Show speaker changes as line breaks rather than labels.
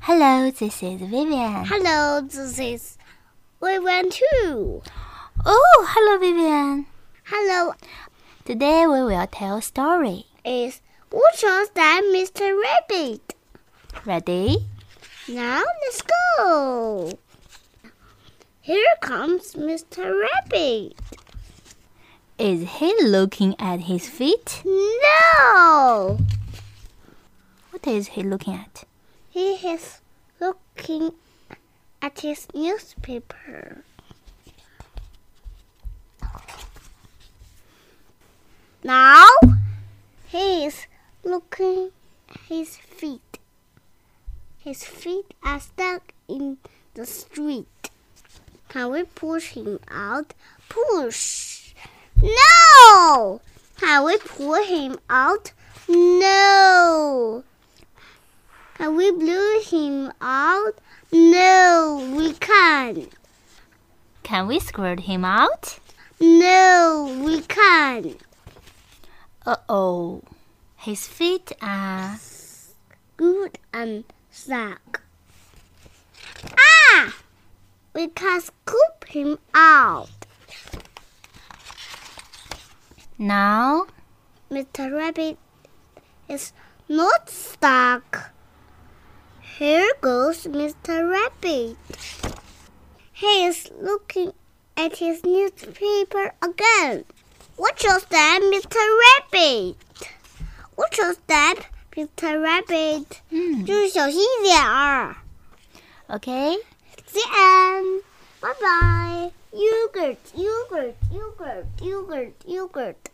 Hello, this is Vivian.
Hello, this is Vivian too.
Oh, hello, Vivian.
Hello,
Today we will tell a story.
is Watchers than Mr. Rabbit.
Ready?
Now let's go. Here comes Mr. Rabbit.
Is he looking at his feet?
No,
What is he looking at?
he is looking at his newspaper. Now he is looking at his feet. His feet are stuck in the street. Can we push him out? Push! No! Can we pull him out? No! Can we blow him out? No, we can't.
Can we squirt him out?
No, we can't.
Uh oh. His feet are.
Good um, and suck. Ah! We can scoop him out.
Now,
Mr. Rabbit is not stuck. Here goes Mr. Rabbit. He is looking at his newspaper again. Watch your step, Mr. Rabbit. Watch your step, Mr. Rabbit. 就是小心一点儿。
hmm, okay?
The end. Bye bye. Yogurt, yogurt, yogurt, yogurt, yogurt.